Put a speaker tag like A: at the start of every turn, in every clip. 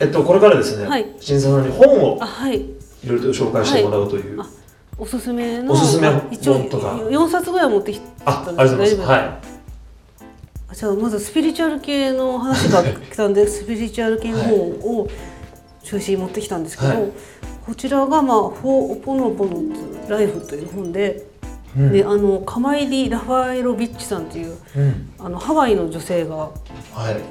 A: えっと、これからですね、
B: はい
A: 新さんに本を
B: あはい
A: いろいろと紹介してもらうという、
B: はいおすすめの
A: おすすめの
B: 一応
A: 本とか
B: 4冊ぐらい持ってきた
A: あ
B: ん
A: ありがと
B: です
A: うございます、は
B: 大丈夫あじゃあまずスピリチュアル系の話 が来たんでスピリチュアル系の本を中心に持ってきたんですけど、
A: はい
B: こちらが、まあ「ホー・ポノポノズ・ライフ」という本で,、
A: い、うん
B: であのカマイリ・ラファエロビッチさんという
A: うん
B: あのハワイの女性が
A: はい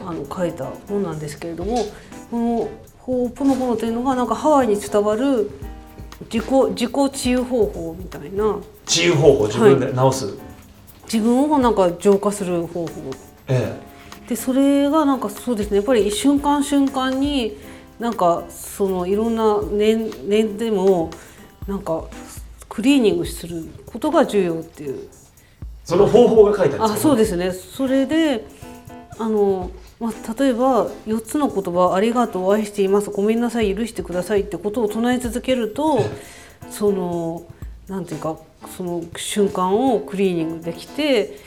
B: あの書いた本なんですけれどもこの「ホー・ポノポノ」というのがなんかハワイに伝わる自己自己治癒方法みたいな
A: 治癒方法自分で直す、
B: 自分をなんか浄化する方法
A: え
B: でそれがなんかそうですねやっぱり瞬間瞬間になんかそのいろんな年年でもなんかクリーニングすることが重要っていう
A: えその方法が書いてあるん
B: あ
A: です
B: そう
A: で
B: ですねそれであの、まあ、例えば4つの言葉「ありがとう」「愛しています」「ごめんなさい」「許してください」ってことを唱え続け るとそのなんていうかその瞬間をクリーニングできて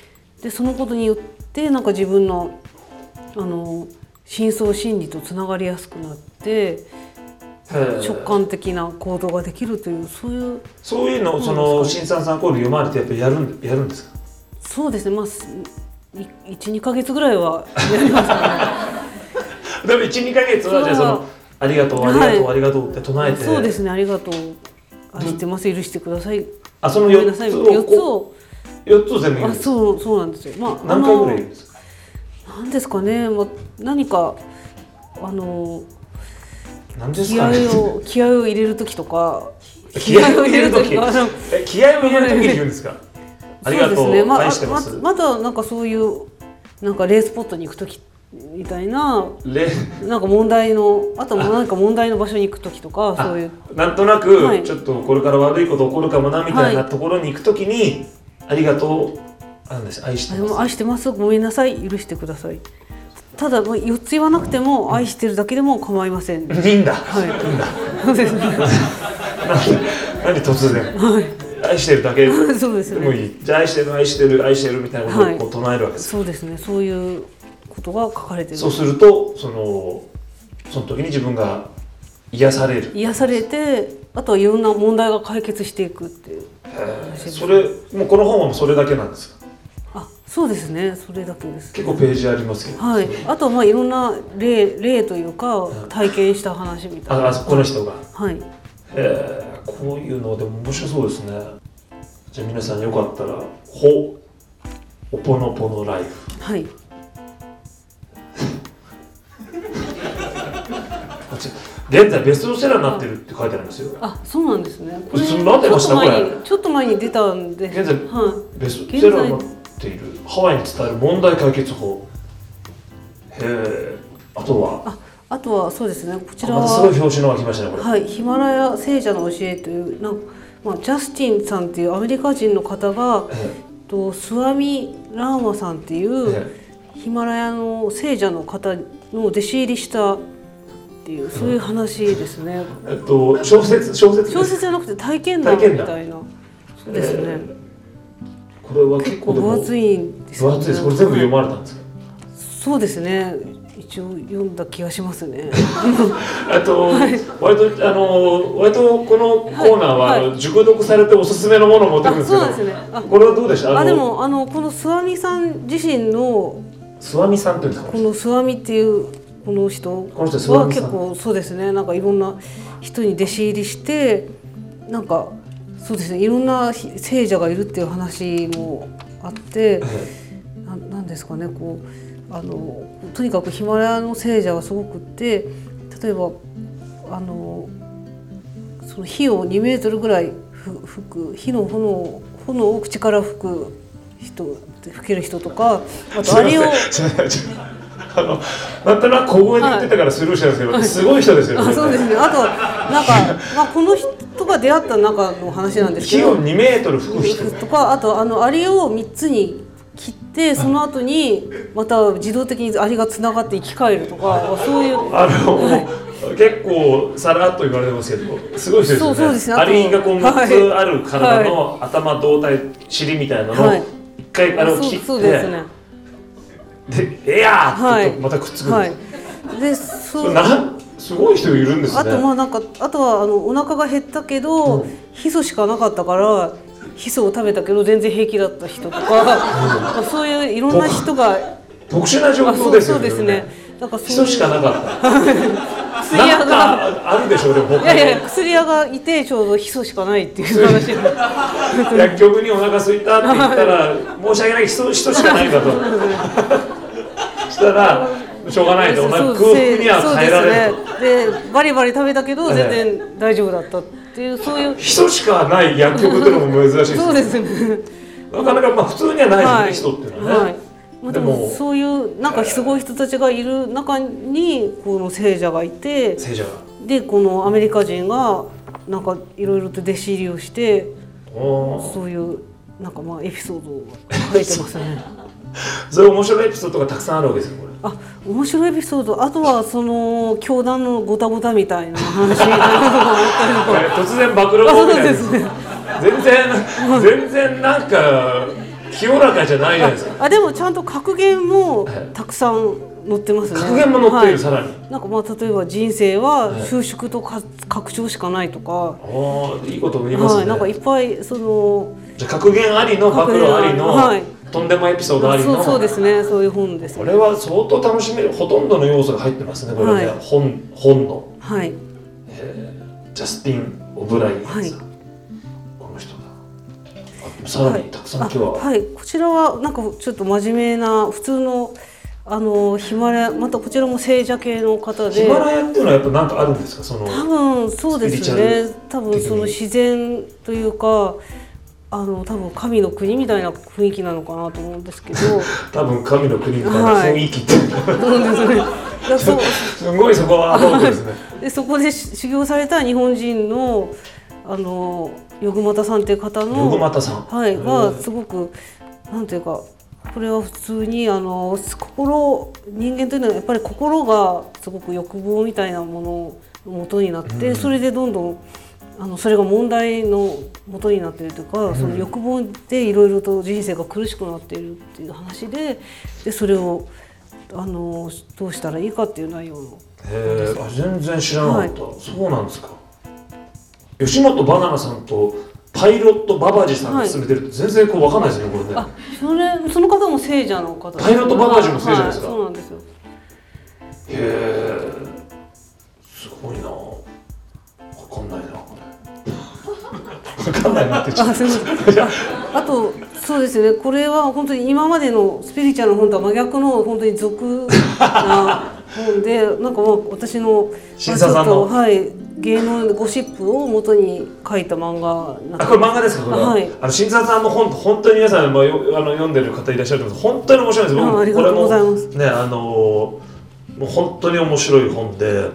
B: でそのことによってなんか自分のあの深層心理とつながりやすくなって
A: す、ええ
B: 直感的な行動ができるというそういう
A: そういうのをそ
B: そう
A: の
B: です
A: 新さんさんコール読まれてやっぱりやるんやるんですか
B: そうですねまあ12ヶ月ぐらいはやりますかね。
A: でも12か月はじゃあそ
B: そう
A: の「ありがとうありがとう、
B: は
A: あ
B: い
A: りがとう」って唱えて
B: そうですねありがとう愛してます許してください
A: あそ
B: ご
A: の
B: めんな
A: 4
B: さい
A: つ
B: 4
A: を
B: つ
A: こ
B: を
A: う4つを全部言う
B: あ
A: んですか
B: そうそうなんですよまあ
A: 何回ぐらい言
B: あ
A: うん
B: の
A: ですか
B: なんですかねまあ何かあの
A: 何です
B: 気
A: か
B: 合
A: ね
B: を気合を入れる時とか
A: 気合を入れる時
B: 気合を入れる時
A: え気合を入れる時に言うんですかありがと
B: そううですねまあ
A: 愛してます、
B: ままだなんかそういうなんかレースポットに行く時みたいな
A: れ
B: なんか問題のあともなんか問題の場所に行く時とかそういう
A: あなんとなく、
B: はい
A: ちょっとこれから悪いこと起こるかもなみたいなところに行くときに、ありがとうあなんです愛し
B: あ
A: て
B: で
A: ま
B: も愛してますごめんなさい許してくださいただまあ4つ言わなくても愛してるだけでも構いませんはい
A: すいいんだ、
B: そうですね
A: なんで突然、愛してるだけで
B: そうです
A: も
B: ね
A: いいじゃあ愛してる愛してる愛してるみたいなことをこう唱えるわけです、
B: そうですねそういうことが書かれてる
A: そうするとそのその時に自分が癒される
B: 癒されてあとはいろんな問題が解決していくっていう
A: それもうこの本はそれだけなんですか
B: あそうですねそれだけです
A: 結構ページありますけど、
B: はいあとはまあいろんな例例というか体験した話みたい
A: あ
B: な
A: あこの人が、
B: はい
A: えーこういうのでも面白そうですねじゃあ皆さんよかったら「ほ」「おぽのぽのライフ
B: はい」
A: あち現在ベストセラーになってるって書いてありますよ
B: あそうなんですねこ
A: それなんでまし
B: ち
A: た
B: ょっと前
A: こ
B: にちょっと前に出たんで
A: 現在
B: はい
A: ベストセラーになっているハワイに伝える問題解決法へえあとは
B: ああとはそうですねこち
A: あ
B: ら
A: またすごい
B: は、
A: 表紙のが来ましたねこれ、
B: はい、ヒマラヤ聖者の教えというなんか、まあ、ジャスティンさんっていうアメリカ人の方が
A: え
B: とスワミ・ラーマさんってい
A: え
B: う
A: え
B: ヒマラヤの聖者の方の弟子入りしたっていうそういう話ですね
A: えっと小説小説
B: 小
A: です
B: 説じゃなくて体験談み
A: 体験談
B: たいなそうですね、
A: えこれは結
B: 結構
A: 構で
B: 分
A: も
B: 厚いんです
A: 分厚いですこれ全部読まれたんですか
B: そうですね一応読んだ気がしま すね
A: あと、割とあの割とこのコーナーは、
B: はいはい
A: あの熟読されておすすめのものを持ってくるん
B: あ
A: ですけ
B: そう
A: ど、
B: なんですねあ
A: これはどうでした？の
B: あでもあのこの諏訪美さん自身の
A: スワミさんというんですか
B: こ。の諏訪美っていうこの人
A: この人諏訪
B: は
A: 美さ
B: 結
A: ん
B: 構そうですねなんかいろんな人に弟子入りしてなんかそうですねいろんな聖者がいるっていう話もあってななんですかねこうあのとにかくヒマラヤの聖者はすごくって例えばあのその火を2メートルぐらいふ吹く火の炎を炎を口から吹く人吹ける人とかあとあれを
A: すいません。すいません あのなんとなく小声で言ってたからスルーしたんですけど、すごい人ですよね。
B: あそうですねあとなんか、 まあ、この人が出会った中の話なんですけ
A: 木
B: ど
A: を2メートル吹く人。
B: とかあとあのアリを3つに切ってその後にまた自動的にアリがつながって生き返るとかそういう
A: あの、結構さらっと言われてますけど、すごい人ですよね。
B: そうそうですねあと
A: アリがこう
B: は
A: 6
B: い
A: つある体の、頭、胴体、尻みたいなのを
B: はい
A: 一回あれを切って、
B: そうそうですね
A: で、えやーって言うと
B: はい
A: またくっつくんですよ。
B: はいでそ
A: そうれなんすごい人いるんですね
B: あとまあなんかあとはあのお腹が減ったけど、
A: うん
B: ヒ素しかなかったからヒ素を食べたけど全然平気だった人とか、そういういろんな人が
A: 特殊な状
B: あ
A: 況
B: そう
A: です
B: そ
A: よ
B: う
A: ね
B: ですね。なんかそういう
A: 人しかなかった
B: 薬屋
A: なん
B: が
A: かあるでしょうね僕
B: いやいや薬屋がいてちょうどヒ素しかないっていう話
A: 薬局にお腹空いたって言ったら申し訳ない人人しかないかとしたらしょうがないとお腹空腹には
B: そう
A: 耐えられると
B: ですねでバリバリ食べたけど全然大丈夫だったっていうそういう
A: 人しかない薬局ってのも珍しいです
B: そうですね
A: なかなかまあ普通にはない
B: は
A: で
B: い
A: すね、人っていうのはね、
B: はいまあ、で
A: で
B: も
A: も
B: そういうなんかすごい人たちがいる中にこの聖者がいて
A: 聖者が
B: でこのアメリカ人がなんかいろいろと弟子入りをして
A: おー
B: そういうなんかまあエピソードを書いてますね。
A: それ面白いエピソードがたくさんあるわけですよこれ
B: あ面白いエピソードあとはその教団のごたごたみたいな話 あ
A: これ突然暴露本み
B: そう
A: たい
B: で
A: です
B: すね
A: 全然全然なんか清らかじゃないじゃないですか
B: あでもちゃんと格言もたくさん載ってますね
A: 格言も載っている、さ
B: はい
A: らに
B: なんかまあ例えば人生
A: は
B: は
A: い
B: 就職とか拡張しかないとか、は
A: おーいいことも言
B: い
A: いますね、
B: なんかいっぱいその
A: じゃあ格言ありの暴
B: 格
A: 露
B: 言あり
A: ありの、
B: はい
A: とんでもエピソードありの
B: そうそうですねそういう本です
A: こ
B: ね
A: れは相当楽しめるほとんどの要素が入ってますねこれね、
B: はい
A: 本本の
B: はい
A: ジャスティン・オブライエンさん、
B: はい
A: この人だあさらにたくさん今日は、
B: あはいこちらはなんかちょっと真面目な普通のあのヒマラヤまたこちらも聖者系の方で
A: ヒマラヤっていうのはやっぱ何かあるんですかその
B: 多分そうで
A: スピリチ
B: す
A: ュ
B: ね多分その自然というかあの多分神の国みたいな雰囲気なのかなと思うんですけど そ
A: 多分神の国みたいな雰囲 気って、
B: うですねいやそう
A: すごいそこはアバウトですね
B: でそこで修行された日本人のあのヨグマタさんっていう方
A: 横
B: の、
A: 又さん
B: はい、
A: う
B: が
A: ん
B: すごくなんていうかこれは普通にあの心人間というのはやっぱり心がすごく欲望みたいなものの元になって、それでどんどんあのそれが問題の元になっているというか、その欲望でいろいろと人生が苦しくなっているっていう話ででそれをあのどうしたらいいかっていう内容の。
A: へえあ全然知らなかった、そうなんですか吉本バナナさんとパイロットババジさんが進めてると全然こう分かんないですねこれね
B: あ、それその方も聖者の方です。
A: パイロットババージョンも聖者ですか
B: はいそうなんですよ。
A: へえすごいな分かんないなこれ分かんない なってちょっ
B: あ、すみません。ああとそうですね。これは本当に今までのスピリチュアルの本とは真逆の本当に俗な 本で、なんかもう私の
A: 新座さんの
B: まあちょっとはい芸能ゴシップを元に書いた漫画な
A: とあ
B: んか
A: これ漫画ですかこれは、
B: はい
A: あの新沢さんの本本当に皆さん、まあ、よあの読んでる方いらっしゃると思うんです本当に面白いんです
B: あありがとうございます
A: これもねあのもう本当に面白い本で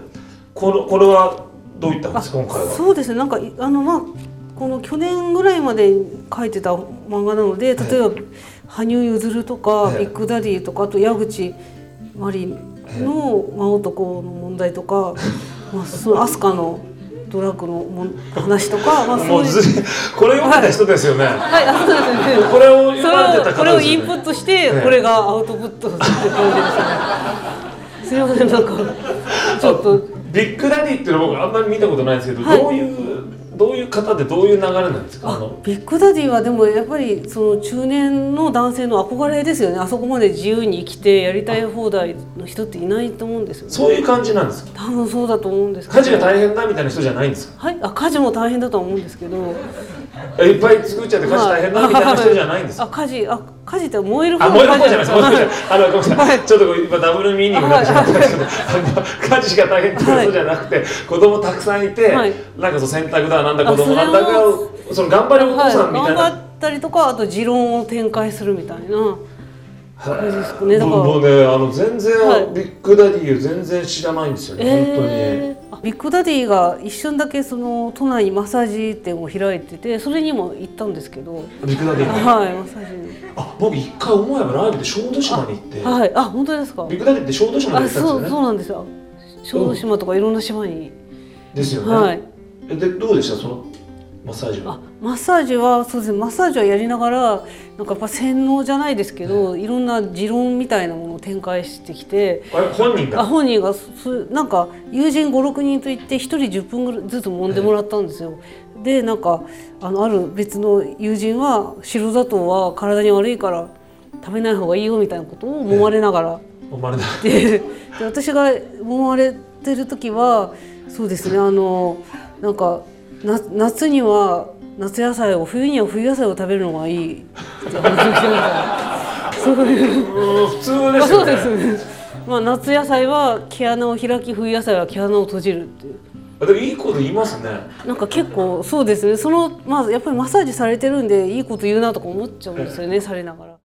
A: このこれはどういったんですか今回は
B: そうですねなんかいあのまあこの去年ぐらいまでに書いてた漫画なので例えば羽生結弦とか
A: ええ
B: ビッグダディとかあと矢口真理の「真男」の問題とか、 まあ、その飛鳥のドラッグのもん話とか、まあ、
A: も
B: そう
A: う
B: いう。
A: ずこれ読んでた人ですよね、
B: はい、あそうですね
A: これを読
B: そ
A: まれて
B: れ
A: た
B: をこ
A: 方
B: れを
A: です
B: イ
A: よ
B: ンプ
A: ね
B: ットして、
A: ええ
B: これがアウトプットって感じですね。すみません、なんかちょっと
A: ビッグダディっていうのは僕あんまり見たことないんですけど、
B: はい
A: どういうどういう方でどういう流れなんですかあの
B: ビッグダディはでもやっぱりその中年の男性の憧れですよねあそこまで自由に生きてやりたい放題の人っていないと思うんですよね
A: そういう感じなんですか
B: 多分そうだと思うんですけど
A: 家事が大変だみたいな人じゃないんですか
B: はい、あ家事も大変だとは思うんですけど
A: いっぱい作っちゃって家事大変だみたいな人じゃないんですか
B: あ家事あ家事って燃える
A: あ、
B: 方
A: もう一
B: の
A: 個
B: 家
A: じゃない
B: 事
A: です。もう一個じゃない。あの、ごめんなさい。ちょっとこう今ダブルミーニングになってしまったんですけど、あの家事が大変っていうことじゃなくて、子供たくさんいて、
B: はい
A: なんかそう洗濯だなんだ
B: あ
A: 子供なんだ
B: それ
A: が
B: も、
A: その頑張るお父
B: はい
A: さんみたい
B: 頑
A: な。
B: 張ったりとかあと持論を展開するみたいな感じですかねだから
A: もうもうね、あの全然、
B: はい
A: ビッグダディを全然知らないんですよね。本当に。
B: えーあビッグダディが一瞬だけその都内にマッサージ店を開いててそれにも行ったんですけど
A: ビッグダディね。
B: はい、マッサージに。
A: あ、僕一回思えばライブで小豆島に行って、
B: はい、あ、本当ですか
A: ビ。ッグダディって小豆島に行
B: あ、
A: ったんです
B: そ
A: よ
B: う、
A: ね。
B: そうなんですよ。小豆島とかいろんな島に。
A: ですよね。
B: はい。
A: えでどうでしたそのマッサージは
B: あマッサージはそうですねマッサージはやりながらなんかやっぱ洗脳じゃないですけど、いろんな持論みたいなものを展開してきて。
A: あれ本人
B: あ
A: が
B: 本人がそそなんか友人56人と行って1人10分ぐらいずつ揉んでもらったんですよ。でなんかあのある別の友人は白砂糖は体に悪いから食べない方がいいよみたいなことを揉まれながら。
A: 生まれた
B: でで私が揉まれてる時はそうですねあのなんかな夏には夏野菜を冬には冬野菜を食べるのがいいって話をしてましたそういう
A: うん 普通で
B: あ
A: す
B: そ
A: よ
B: う
A: ね
B: ですよね まあ夏野菜は毛穴を開き冬野菜は毛穴を閉じるっていう
A: あでもいいこと言いますね
B: なんか結構そうですねそのまあやっぱりマッサージされてるんでいいこと言うなとか思っちゃうんですよねされながら